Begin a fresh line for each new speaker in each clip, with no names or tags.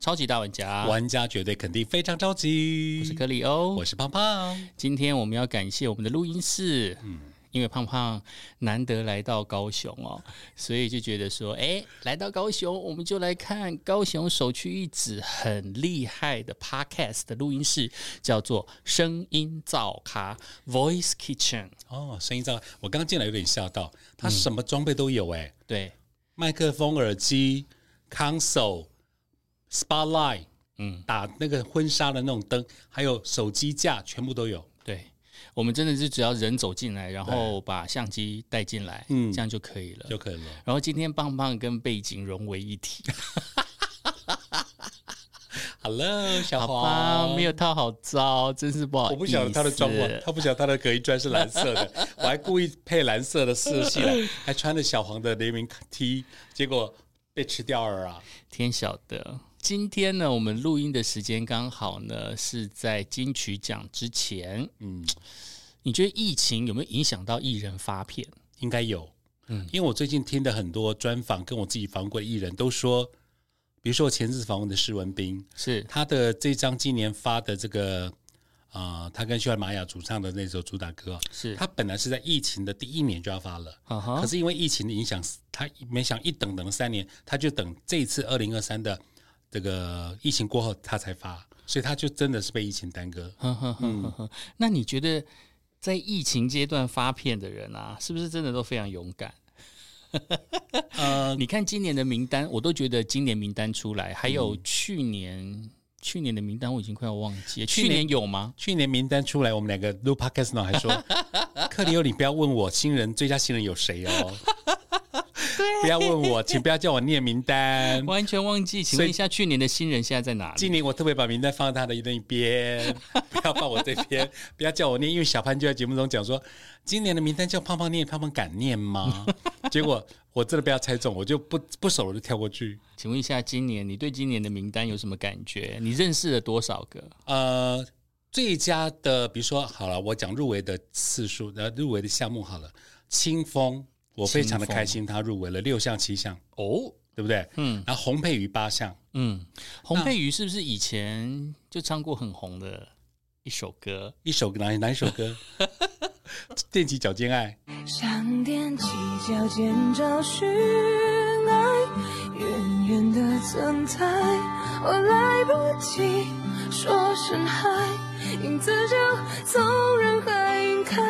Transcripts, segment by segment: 超级大玩家，
玩家绝对肯定非常着
我
急
是。克里欧
啊我。是胖胖，
今天我们要感谢我们的录音室，
嗯
因为胖胖难得来到高雄哦，所以就觉得说，哎，来到高雄，我们就来看高雄首屈一指很厉害的 podcast 的录音室，叫做声音造咖 （Voice Kitchen）。
哦，声音噪，我刚进来有点吓到，它什么装备都有哎、
对，
麦克风、耳机、console、spotlight，嗯，打那个婚纱的那种灯，还有手机架，全部都有。
对，我们真的是只要人走进来，然后把相机带进来，
嗯
这样就可以了。
就可以了。
然后今天棒棒跟背景融为一体，
Hello，小
好吧？
黄，
啊没有套好招，真哦是不好意思。
我不晓得他的妆化，他不晓得他的隔音砖是蓝色 的，我还故意配蓝色的色系来，还穿着小黄的联名 T，结果被吃掉了啊！
天晓得。今天呢，我们录音的时间刚好呢是在金曲奖之前。
嗯，
你觉得疫情有没有影响到艺人发片？
应该有，
嗯
嗯，因为我最近听的很多专访，跟我自己访问过的艺人都说，比如说我前次访问的施文斌，
是
他的这张今年发的这个，啊，他跟秀兰玛雅主唱的那首主打歌，
是，嗯啊
他本来是在疫情的第一年就要发了。
哈哈
可，是因为疫情的影响，他没想一等等了三年，他就等这一次二零二三的这个疫情过后他才发，所以他就真的是被疫情耽搁。
呵呵呵呵
嗯
呵。 那你觉得在疫情阶段发片的人啊，是不是真的都非常勇敢？
呃，
你看今年的名单，我都觉得今年名单出来，还
嗯
有去年、去年的名单，我已经快要忘记了。去
去年
年有吗？
去年名单出来，我们两个录 podcast 呢还说，克里欧，你不要问我新人最佳新人有谁哦，不要问我，请不要叫我念名单。
完全忘记，请
嗯所以
问一下，去年的新人现在在哪里？
今年我特别把名单放在他的那一边， 不要放我这边，不要叫我念，因为小潘就在节目中讲说，今年的名单叫胖胖念，胖胖敢念吗？结果我真的被他猜中，我就不不熟我就跳过去。
请问一下，今年你对今年的名单有什么感觉？你认识了多少个？
呃，最佳的，比如说好了，我讲入围的次数，呃，入围的项目好了，清风，我非常的开心，他入围了六项七项，
哦，
对不对？
嗯
然后洪佩瑜八项，
嗯，洪佩瑜是不是以前就唱过很红的一首歌？
一首哪哪一首歌？踮起脚尖爱。
想踮起脚尖找寻爱，远远的存在，我来不及说声嗨，影子就从人海晕开。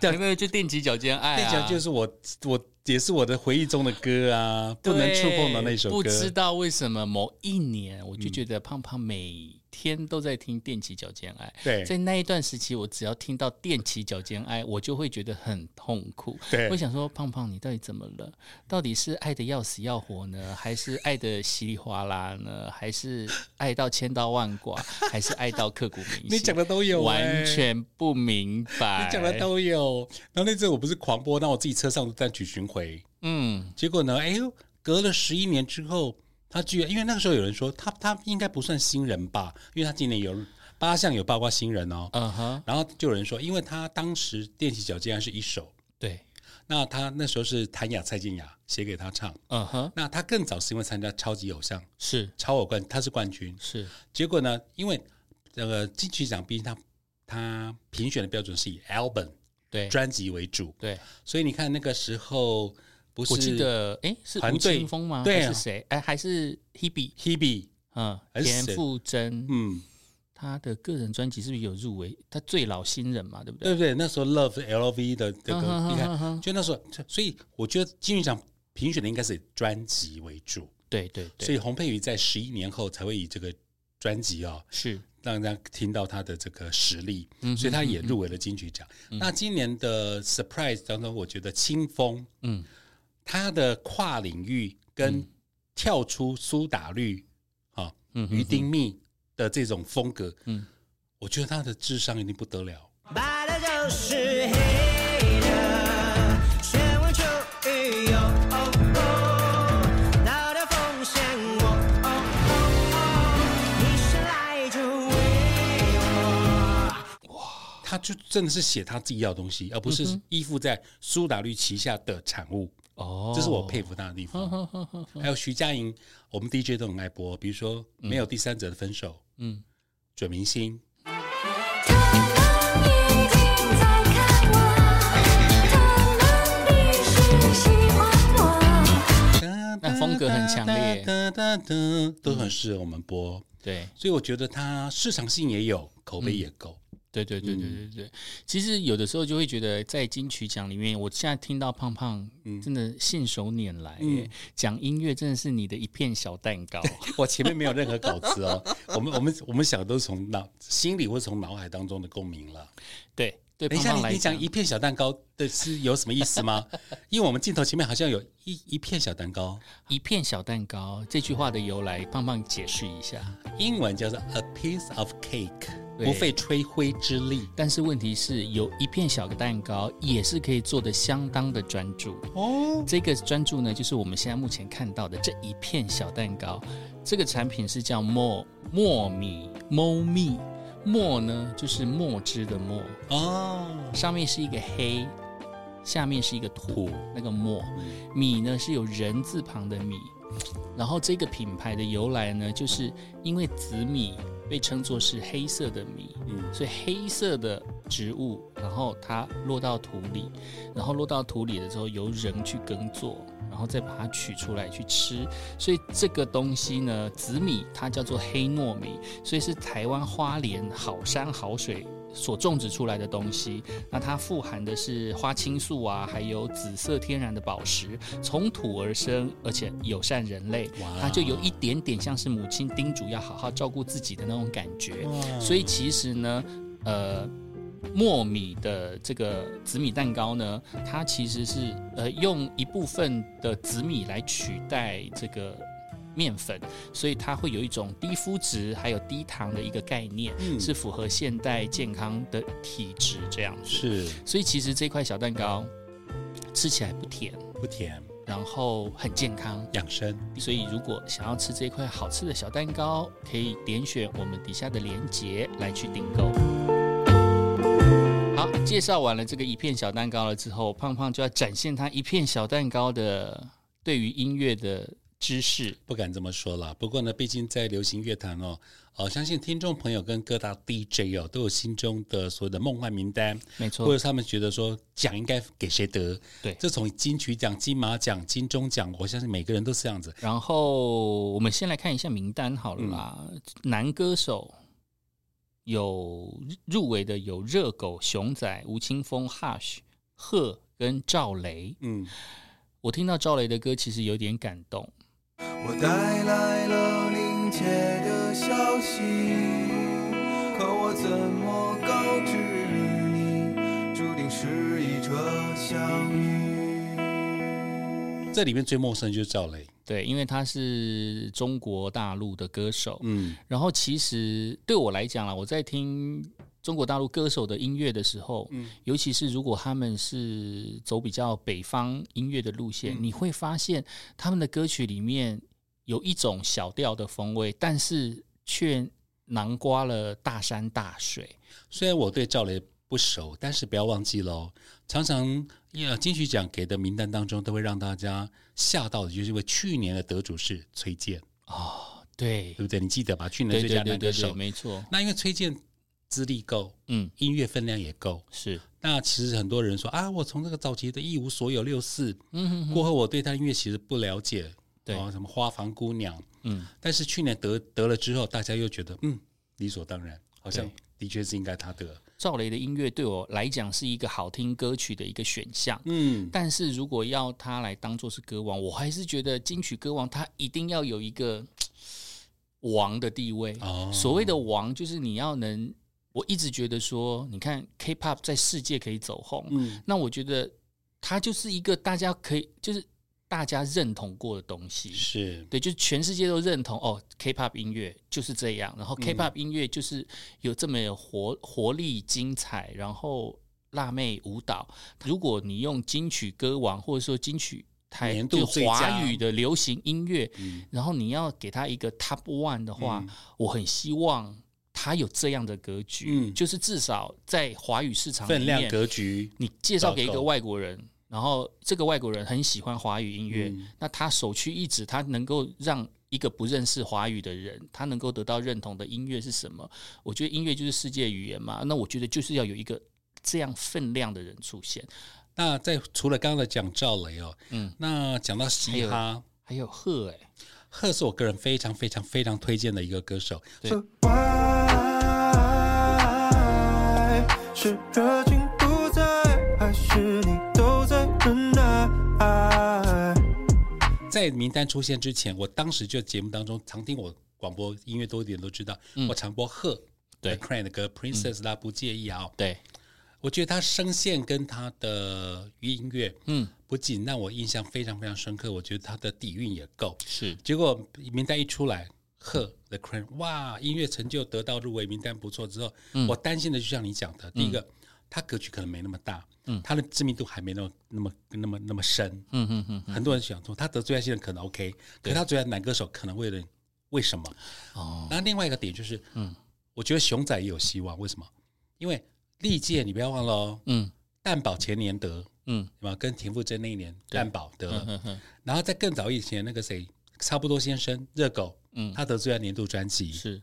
对
有没有就踮起脚尖爱、
那
啊？
讲就是我我也是我的回忆中的歌啊，不
对
能触碰的那首歌。
不知道为什么某一年，我就觉得胖胖每天都在听《踮起脚尖爱》。
对
在那一段时期，我只要听到《踮起脚尖爱》，我就会觉得很痛苦。
对
我想说，胖胖你到底怎么了？到底是爱的要死要活呢，还是爱的稀里哗啦呢？还是爱到千刀万剐，还是爱到刻骨铭心？
你讲的都有欸
完全不明白。
你讲的都有。然后那阵我不是狂播，那我自己车上都单曲巡回。
嗯，
结果呢，哎呦，隔了十一年之后，他居然因为那个时候有人说他他应该不算新人吧，因为他今年有八项有包括新人哦。
嗯哼，
然后就有人说，因为他当时踮起脚尖还是一首，
对，
那他那时候是谭雅蔡健雅写给他唱。
嗯哼，
那他更早是因为参加超级偶像，
是
超偶冠，他是冠军。
是，
结果呢，因为这个金曲奖毕竟它它评选的标准是以 album
对
专辑为主，
对。
所以你看那个时候不是
我记得，哎，是
团
吴
队
青峰吗？
对
还
啊
是谁？哎，还是 Hebe？
Hebe，
嗯，
还是
田
谁
馥甄，
嗯，
她的个人专辑是不是有入围？她最老新人嘛，对不
对
对？
不对？那时候 Love LV 的这
嗯哼
个，你
哼哼哼
看，就那时候，所以我觉得金曲奖评选的应该是以专辑为主，
对对
所
对，
以洪佩瑜在十一年后才会以这个专辑哦，
是
让大家听到他的这个实力，
嗯
所以他也入围了金曲奖。那今年的 surprise 当中，我觉得清风，
嗯
嗯，他的跨领域跟跳出苏打绿啊、于丁密的这种风格，
嗯
嗯，我觉得他的智商一定不得了。
白的就是黑的，全文求雨哟，哦哦，闹的风险我，哦哦哦，你是来就为我。
他就真的是写他自己要的东西，而不是依附在苏打绿旗下的产物。
哦，
这是我佩服他的地方。还有徐佳莹，我们 DJ 都很爱播，比如说没有第三者的分手，
嗯
嗯，准明星，
他们已经在看我，他们必须喜欢我。
那风格很强烈
哒哒哒，嗯都很适合我们播。
对
所以我觉得它市场性也有，口碑也够。
对对对对对对，
嗯
其实有的时候就会觉得，在金曲奖里面，我现在听到胖胖
嗯
真的信手拈来耶，讲、音乐真的是你的一片小蛋 糕。
我前面没有任何稿子哦， 我们我们我们想的都是从脑心里或从脑海当中的共鸣了。
对对，
等
胖
一下，
胖
你
来
你讲一片小蛋糕的是有什么意思 吗？因为我们镜头前面好像有一一片小蛋糕，
一片小蛋糕这句话的由来，胖胖解释一下。
英文叫做 a piece of cake，
对
不费吹灰之力。
但是问题是，有一片小的蛋糕也是可以做的相当的专注哦。这个专注呢，就是我们现在目前看到的这一片小蛋糕。这个产品是叫莫莫米猫蜜，莫呢就是墨汁的墨，
哦，
上面是一个黑，下面是一个土，那个墨。米呢是有人字旁的米，然后这个品牌的由来呢，就是因为紫米被称作是黑色的米，
嗯
所以黑色的植物，然后它落到土里，然后落到土里的时候由人去耕作，然后再把它取出来去吃。所以这个东西呢，紫米它叫做黑糯米，所以是台湾花莲好山好水所种植出来的东西。那它富含的是花青素啊，还有紫色天然的宝石，从土而生，而且友善人类
哇。
它就有一点点像是母亲叮嘱要好好照顾自己的那种感觉。
嗯
所以其实呢，呃，糯米的这个紫米蛋糕呢，它其实是呃用一部分的紫米来取代这个面粉，所以它会有一种低麸质还有低糖的一个概念，
嗯
是符合现代健康的体质这样子。
是
所以其实这块小蛋糕吃起来不甜，
不甜，
然后很健康。
养生。
所以，如果想要吃这块好吃的小蛋糕，可以点选我们底下的链接来去订购。好，介绍完了这个一片小蛋糕了之后，胖胖就要展现他一片小蛋糕的对于音乐的知识。
不敢这么说啦。不过呢，毕竟在流行乐坛哦，呃，相信听众朋友跟各大 DJ 哦，都有心中的所谓的梦幻名单，
没
或者
错，
是他们觉得说奖应该给谁得。
对
这从金曲奖、金马奖、金钟奖，我相信每个人都是这样子。
然后我们先来看一下名单好了啦。男歌手有入围的有热狗、熊仔、吴青峰、Hush、贺跟赵雷。
嗯，
我听到赵雷的歌，其实有点感动。
我带来了临界的消息，可我怎么告知你，注定是一场相遇。
这里面最陌生的就是赵雷。
对，因为他是中国大陆的歌手，
嗯，
然后其实对我来讲啦，我在听中国大陆歌手的音乐的时候，
嗯
尤其是如果他们是走比较北方音乐的路
嗯
线，你会发现他们的歌曲里面有一种小调的风味，但是却囊括了大山大水。
虽然我对赵雷不熟，但是不要忘记喽，常常呃金曲奖给的名单当中，都会让大家吓到的，就是因为去年的得主是崔健，
对
对，不对？你记得吧？去年
对
嗯最
对
佳
对
男歌
对
手
对，。没错，
那因为崔健资历够，
嗯，
音乐分量也够。
是，
那其实很多人说啊，我从这个早期的一无所有六四
嗯哼哼
过后，我对他音乐其实不了解，
对
哦，什么花房姑娘，
嗯，
但是去年得得了之后，大家又觉得嗯理所当然，好像
对
的确是应该他得，
赵雷的音乐对我来讲是一个好听歌曲的一个选项。
嗯，
但是如果要他来当做是歌王，我还是觉得金曲歌王他一定要有一个嘖王的地位。
哦
所谓的王，就是你要能，我一直觉得说，你看 K-pop 在世界可以走红，
嗯
那我觉得它就是一个大家可以，就是大家认同过的东西。
是
对，就是全世界都认同哦，K-pop 音乐就是这样，然后
嗯
K-pop 音乐就是有这么有活活力、精彩，然后辣妹舞蹈。如果你用金曲歌王或者说金曲台
年度
就
最
华
佳嗯
语的流行音乐，然后你要给他一个 Top One 的话，我很希望他有这样的格局，
嗯
就是至少在华语市场里
分量
面
格局，
你介绍给一个
糟糕
外国人，然后这个外国人很喜欢华语音乐，
嗯
那他首屈一指，他能够让一个不认识华语的人，他能够得到认同的音乐是什么？我觉得音乐就是世界语言嘛。那我觉得就是要有一个这样分量的人出现。
那在除了刚刚的讲赵雷哦，嗯，那讲到嘻哈，
还有贺哎、
贺是我个人非常非常非常推荐的一个歌手，
对
是爱，是热情不在，还是你都在忍耐？
在名单出现之前，我当时就节目当中常听我广播音乐多一点都知道，我常播贺
嗯对嗯
的 Cran 的歌 Princess 啦，不介意啊、哦，
对，
我觉得他声线跟他的音乐，
嗯，
不仅让我印象非常非常深刻，我觉得他的底蕴也够。
是
结果名单一出来，贺 The Cran，哇，音乐成就得到入围名单不错之后，我担心的就像你讲的，第一个，他格局可能没那么大，嗯，他的知名度还没那么那么那么那么深，
嗯嗯嗯，
很多人想说他得罪在新人可能 OK，可他得罪在男歌手可能为了为什么？
哦，
那另外一个点就是，嗯，我觉得熊仔也有希望，为什么？因为历届你不要忘了哦，
嗯
蛋宝前年得，
嗯，
对吧？跟田馥甄那一年蛋宝得了，
嗯哼，
然后在更早以前那个谁，差不多先生热狗，
嗯
他得最佳年度专辑，
是。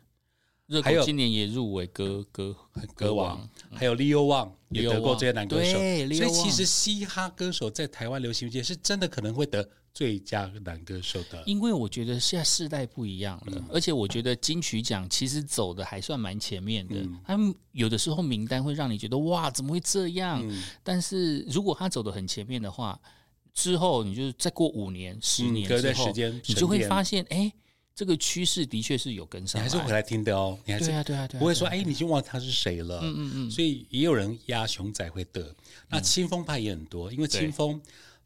热
还有
狗今年也入围歌歌嗯
歌王，还有 Leo Wang 也
Leo
得过
Wang，
最佳男歌手，
对，Leo
所以其
Wang
实嘻哈歌手在台湾流行界是真的可能会得最佳男歌手的。
因为我觉得现在世代不一样了，
嗯
而且我觉得金曲奖其实走的还算蛮前面的。
嗯
他们有的时候名单会让你觉得哇，怎么会这样？
嗯
但是如果他走的很前面的话，之后你就再过五年、十
嗯
年
隔一
之
段
后，
时间
你
沉
就会
淀
发现，哎、这个趋势的确是有跟
你
上
还
来。
是回来听的哦，你还是
对啊，对啊，对啊，
不会
对啊
说哎，你就忘他是谁了。嗯嗯嗯。所以也有人压熊仔会得，那清风派也很多，因为
嗯对
清风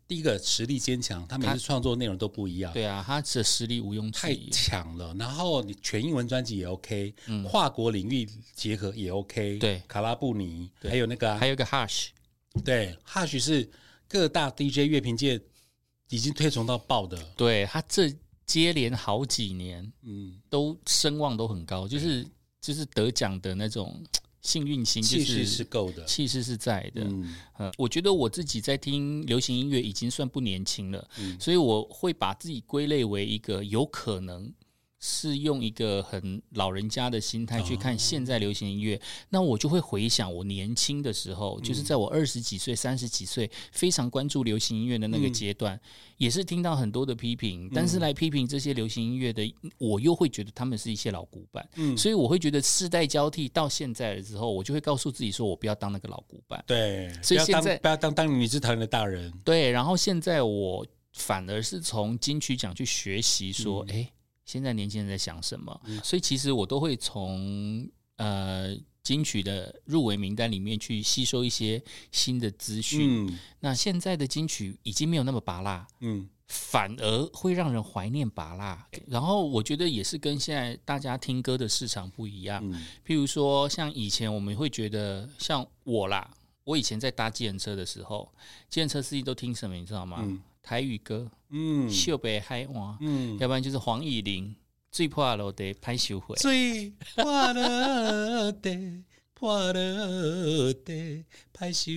第一个实力坚强，他每次创作内容都不一样，
对啊，他的实力毋庸置
太
疑。
强了。然后你全英文专辑也 OK，跨国领域结合也 OK。
嗯对
卡拉布尼还有那个啊
还有一个 Hush，
对哈许是各大 DJ 乐评界已经推崇到爆的，
对他这接连好几年
嗯，
都声望都很高，就是就是得奖的那种幸运星，就
气势
是
是够的。
气势是在的。
嗯，
嗯，我觉得我自己在听流行音乐已经算不年轻了，所以我会把自己归类为一个有可能是用一个很老人家的心态去看现在流行音乐。那我就会回想我年轻的时候，就是在我二十几岁、三十几岁非常关注流行音乐的那个阶段，也是听到很多的批评，但是来批评这些流行音乐的，我又会觉得他们是一些老古板，
嗯
所以我会觉得世代交替到现在了之后，我就会告诉自己说我不要当那个老古板。
对，
所以
不要
现在
当不要当当你是台湾的大人，
对，然后现在我反而是从金曲奖去学习说，哎、现在年轻人在想什么？所以其实我都会从呃金曲的入围名单里面去吸收一些新的资讯。
嗯
那现在的金曲已经没有那么拔辣。
嗯。
反而会让人怀念拔辣，然后我觉得也是跟现在大家听歌的市场不一样。
嗯
譬如说，像以前我们会觉得，像我啦，我以前在搭计程车的时候，计程车司机都听什么，你知道吗？台语歌，
嗯
秀北海哇，
嗯，
要不然就是黄以玲最破楼的拍手会，
最破了的破了的拍手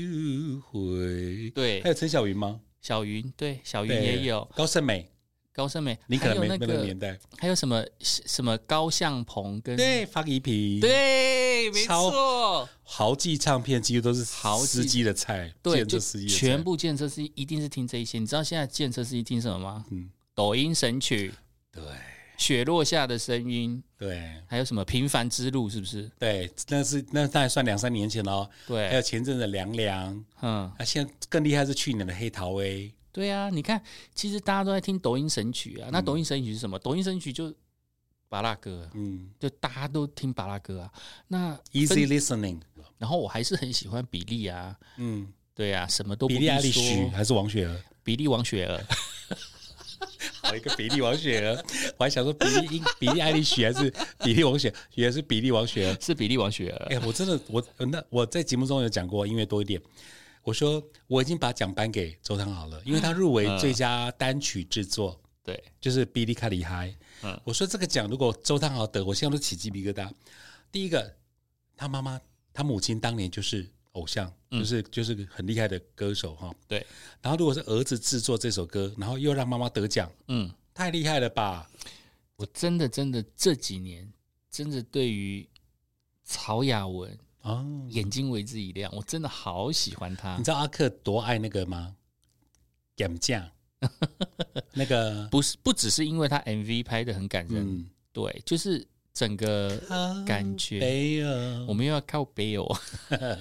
回。
对
还有陈小云吗？
小云，对，小云
对
也有，
高胜美，
高胜美，
你可
还
能
有
没
那
那个
个
年，代。
还有什么什么高向鹏跟
对，发一皮，，
对，没
超
错。
豪记唱片几乎都是
豪记
司机的菜，
对，
建设
就
司机的菜
全部建设司机一定是听这一些。你知道现在建设司机听什么吗？抖音神曲、
嗯对
雪落下的声音，
对
还有什么平凡之路，是不是？
对，那是那那还算两三年前哦。还有
对，
前阵子的凉凉，
嗯，
那现在更厉害是去年的黑桃 A。
对啊，你看，其实大家都在听抖音神曲啊。那抖音神曲是什么？抖音神曲就巴拉歌啊，
嗯
就大家都听巴拉歌啊。那
，Easy
分，
Listening，
然后我还是很喜欢比利啊，
嗯，
对啊，什么都不
比利
必
艾利
说
许还是王雪儿？
比利王雪儿，
好一个比利王雪儿， 我还想说比利英比利艾丽许还是比利王雪，也是比利王雪儿。
是比利王雪儿。
哎、我真的我那我在节目中有讲过音乐多一点，我说我已经把奖颁给周汤豪了，因为他入围最佳单曲制作，
对，
就是比利卡里嗨。
嗯
我说这个奖如果周汤豪得，我现在都起鸡皮疙瘩。第一个，他妈妈他母亲当年就是偶像，就是就是很厉害的歌手哈。
嗯对，
然后如果是儿子制作这首歌，然后又让妈妈得奖，
嗯，
太厉害了吧？
我真的真的这几年真的对于曹雅文
啊，
眼睛为之一亮，我真的好喜欢他
你。知道阿克多爱那个吗？演 将，那个
不是不只是因为他 MV 拍的很感人，
嗯，
对，就是整个感觉。
没有
我。们又要靠北哦，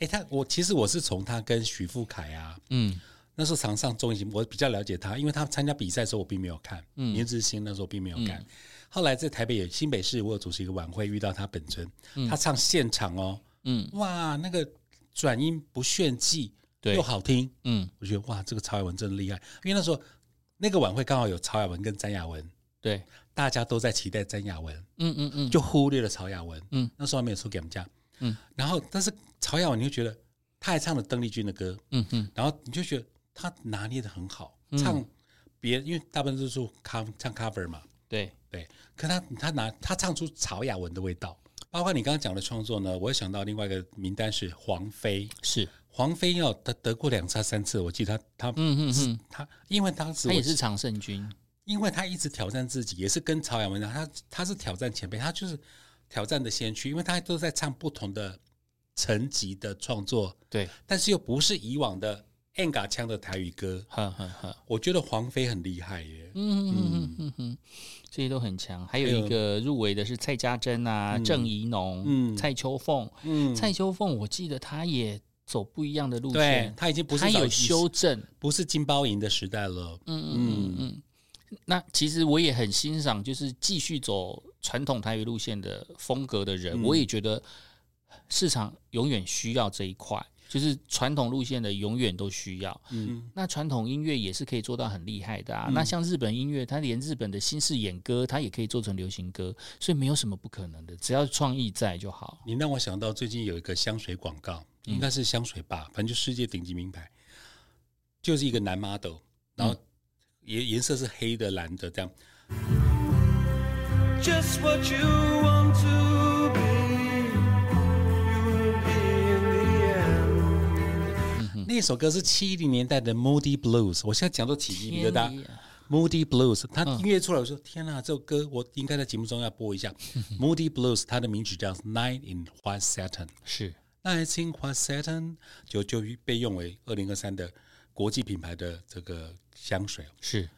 哎，他我其实我是从他跟徐富凯啊，
嗯
那时候常上综艺节目，我比较了解他，因为他参加比赛的时候我并没有看，
嗯
林志兴那时候我并没有看。后来在台北有新北市，我有主持一个晚会，遇到他本尊，他唱现场哦，
嗯，
哇，那个转音不炫技，
对
又好听，
嗯，
我觉得哇，这个曹雅文真的厉害。因为那时候那个晚会刚好有曹雅文跟詹雅文，
对，
大家都在期待詹雅文，
嗯嗯嗯，
就忽略了曹雅文，
嗯，
那时候还没有出给我们家，
嗯，
然后但是曹雅文你就觉得他还唱了邓丽君的歌，
嗯嗯
然后你就觉得他拿捏的很好，
嗯
唱别因为大部分都是 cover 唱 cover 嘛，
对，
对，可他他拿他唱出曹雅文的味道，包括你刚刚讲的创作呢，我也想到另外一个名单是黄飞，
是，
黄飞要得得过两次还是三次，我记得他他
嗯嗯嗯，
他，因为当时
他
我
也是常胜军，
因为他一直挑战自己，也是跟曹雅文一样，他他是挑战前辈，他就是挑战的先驱，因为他都在唱不同的层级的创作，
对，
但是又不是以往的 Anga 腔的台语歌。
呵呵呵，
我觉得黄飞很厉害耶，
嗯嗯嗯嗯嗯，这些都很强。还有
还有
一个入围的是蔡家珍啊、郑怡农、
嗯
蔡秋凤。
嗯，
蔡秋凤，我记得她也走不一样的路
对
线，
他已经不是
她
早
有
期
修，正。
不是金包银的时代了，
嗯嗯嗯嗯。那其实我也很欣赏，就是继续走传统台语路线的风格的
嗯
人，我也觉得市场永远需要这一块，就是传统路线的永远都需要。
嗯，
那传统音乐也是可以做到很厉害的啊。那像日本音乐，它连日本的新式演歌，它也可以做成流行歌，所以没有什么不可能的，只要创意在就好。
你让我想到最近有一个香水广告，
嗯
应该是香水吧，反正就世界顶级名牌，就是一个男 model，
嗯
然后颜颜色是黑的、蓝的这样，
Just what you want to be, you will be in the end.
嗯
那首歌是七零年代的 Moody Blues，我现在讲都起鸡皮疙
天
瘩
哪。嗯
Moody Blues，它音乐出来，我说天哪，这首歌我应该在节目中要播 一下。Moody Blues，它的名曲叫《Night in White Satin》。
是，
Night in White Satin 就就被用为二零二三的国际品牌的这个香水，
是，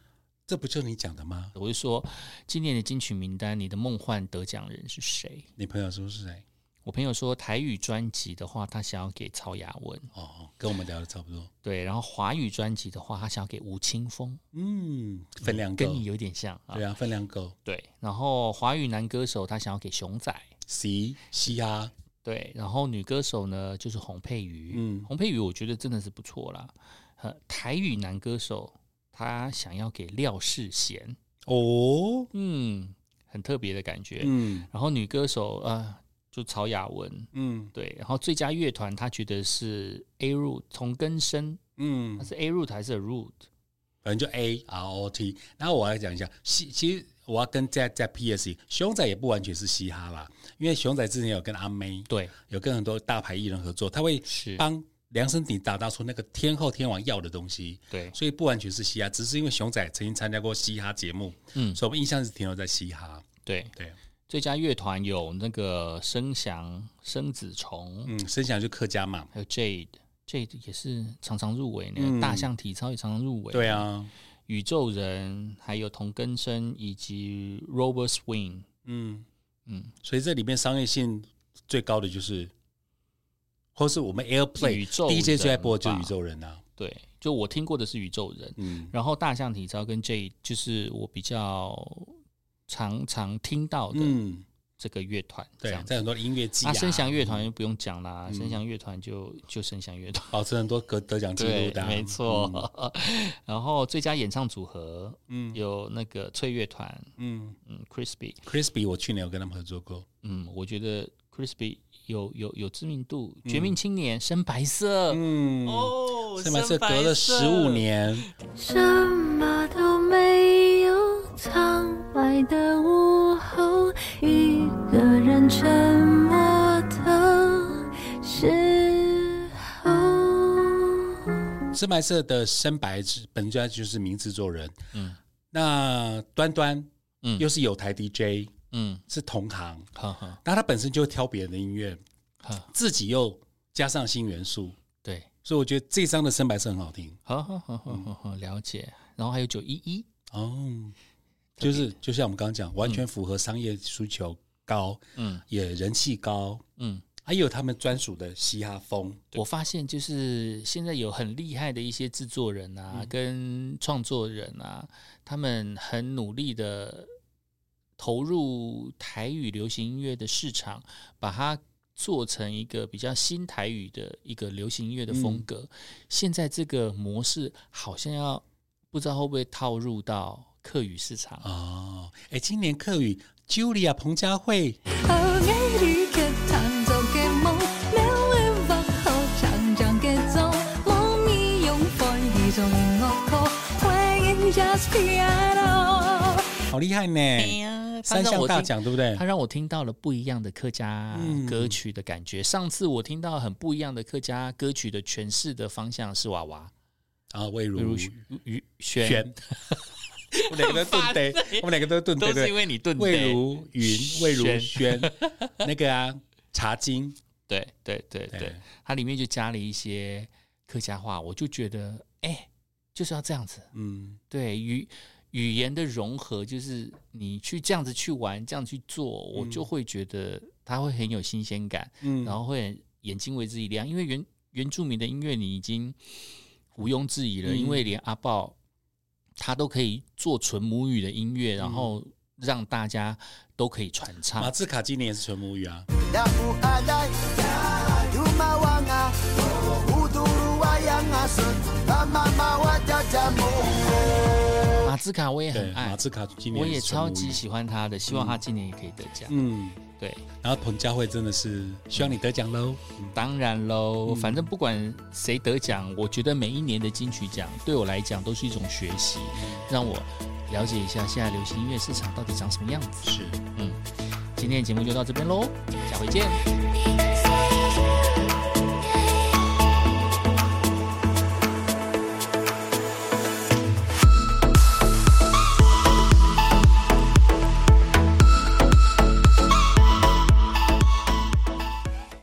这不就你讲的吗？
我就说今年的金曲名单，你的梦幻得奖人是谁？
你朋友说是谁？
我朋友说台语专辑的话，他想要给曹雅文；
哦，跟我们聊的差不多。
对，然后华语专辑的话，他想要给吴青峰，
嗯，分量够
跟。你有点像啊
对。啊，分量够。
对，然后华语男歌手他想要给熊仔。
C C R，
对，然后女歌手呢就是洪佩瑜，
嗯
洪佩瑜我觉得真的是不错啦。呃，台语男歌手他想要给廖世贤，
哦，
嗯，很特别的感觉。
嗯
然后女歌手呃就曹雅文，
嗯
对，然后最佳乐团他觉得是 A Root 从根生，
嗯
他，是 A Root 还是 Root？
反正就 A R O T。然后我要讲一下，嘻，其实我要跟在在 P S，熊仔也不完全是嘻哈啦，因为熊仔之前有跟阿妹，
对，
有跟很多大牌艺人合作，他会
是
帮量身底打造出那个天后天王要的东西。
对
所以不完全是嘻哈，只是因为熊仔曾经参加过嘻哈节目，
嗯
所以我们印象是停留在嘻哈。
对，
对，
最佳乐团有那个声翔、生子虫，
嗯，声响就客家嘛，
还有 Jade。Jade 也是常常入围呢，
嗯
大象体操也常常入围。
对，啊，
宇宙人，还有童根生以及 Robert Swing，
嗯嗯
嗯，
所以这里面商业性最高的就是，或是我们 AirPlay
宇宙
DJ 最爱
人
播的就是
吧
宇宙人啊，
对，就我听过的是宇宙人，
嗯
然后大象体操跟 J 就是我比较常常听到的
嗯，
这个乐团，这
对
样，子。
在很多音乐季
啊，
啊，嗯
声响乐团就不用讲啦，声响乐团就就声响乐团，
保持很多得得 奖记录
对
的，啊，嗯
没错。 然后最佳演唱组合，嗯，有那个翠乐团，
嗯。嗯
嗯，Crispy，
，Crispy，我去年有跟他们合作过，
嗯，我觉得 Crispy 有有有知名度，绝命青年，深白色，
嗯，
呃哦，
这么这隔了十五，年，
什么都没有，苍白的午后，一个人沉默的时
深白色的深白之本身就是名制作人，嗯，那端端，
嗯
嗯，又是有台 DJ，
嗯，
是同行，
好好
那他本身就挑别人的音乐，
好，
自己又加上新元素，
对，
所以我觉得这张的深白色很好听
好好好好好好，了解。然后还有九一一，
哦，就是就像我们刚刚讲，完全符合商业需求高，
嗯
也人气高，
嗯，
还有他们专属的嘻哈风，
我发现就是现在有很厉害的一些制作人啊，
嗯
跟创作人啊，他们很努力的投入台语流行音乐的市场，把它做成一个比较新台语的一个流行音乐的
嗯
风格。现在这个模式好像要不知道会不会套入到客语市场。啊
哦，哎，今年客语 Julia 彭佳慧，
好爱你嘅弹奏嘅舞，秒的幕后长长嘅奏，望你用欢喜做音乐课，欢迎 Just Piano。
好厉害
哎
呢，
呀，他
呃三
让
项
我
大
听
奖对不对
它？让我听到了不一样的客家
嗯
歌曲的感觉。上次我听到很不一样的客家歌曲的诠释的方向是娃娃，
啊，魏
比如
如
于轩，
轩， 我们两个
很
都 盾
烦
杯
欸，
我们两个都盾
都
杯，
是
对
因为你顿
魏
对
如云、魏如轩， 那个啊，茶经，哎
对对对对，
对
它里面就加了一些客家话，我就觉得哎、就是要这样子，
嗯，
对语语言的融合，就是你去这样子去玩，这样去做，我就会觉得它会很有新鲜感。
嗯
然后会眼睛为之一亮，因为原原住民的音乐你已经毋庸置疑了，
嗯
因为连阿豹他都可以做纯母语的音乐，然后让大家都可以传唱
嗯马。自卡今年也是纯母语啊，
Dapu adai Dumawanga Uduru wayanga sun Mama mawa jajamu
马兹卡我也
对，
很
马
爱，
自卡今年
哎我也
是纯母
超
语
级喜欢他的，希望他今年也可以得奖。
嗯，
对，
然后彭佳慧真的是希望你得奖喽，
当然喽，
嗯
反正不管谁得奖，我觉得每一年的金曲奖对我来讲都是一种学习，
嗯
让我了解一下现在流行音乐市场到底长什么样子。
是。
今天的节目就到这边喽，下回见。
你的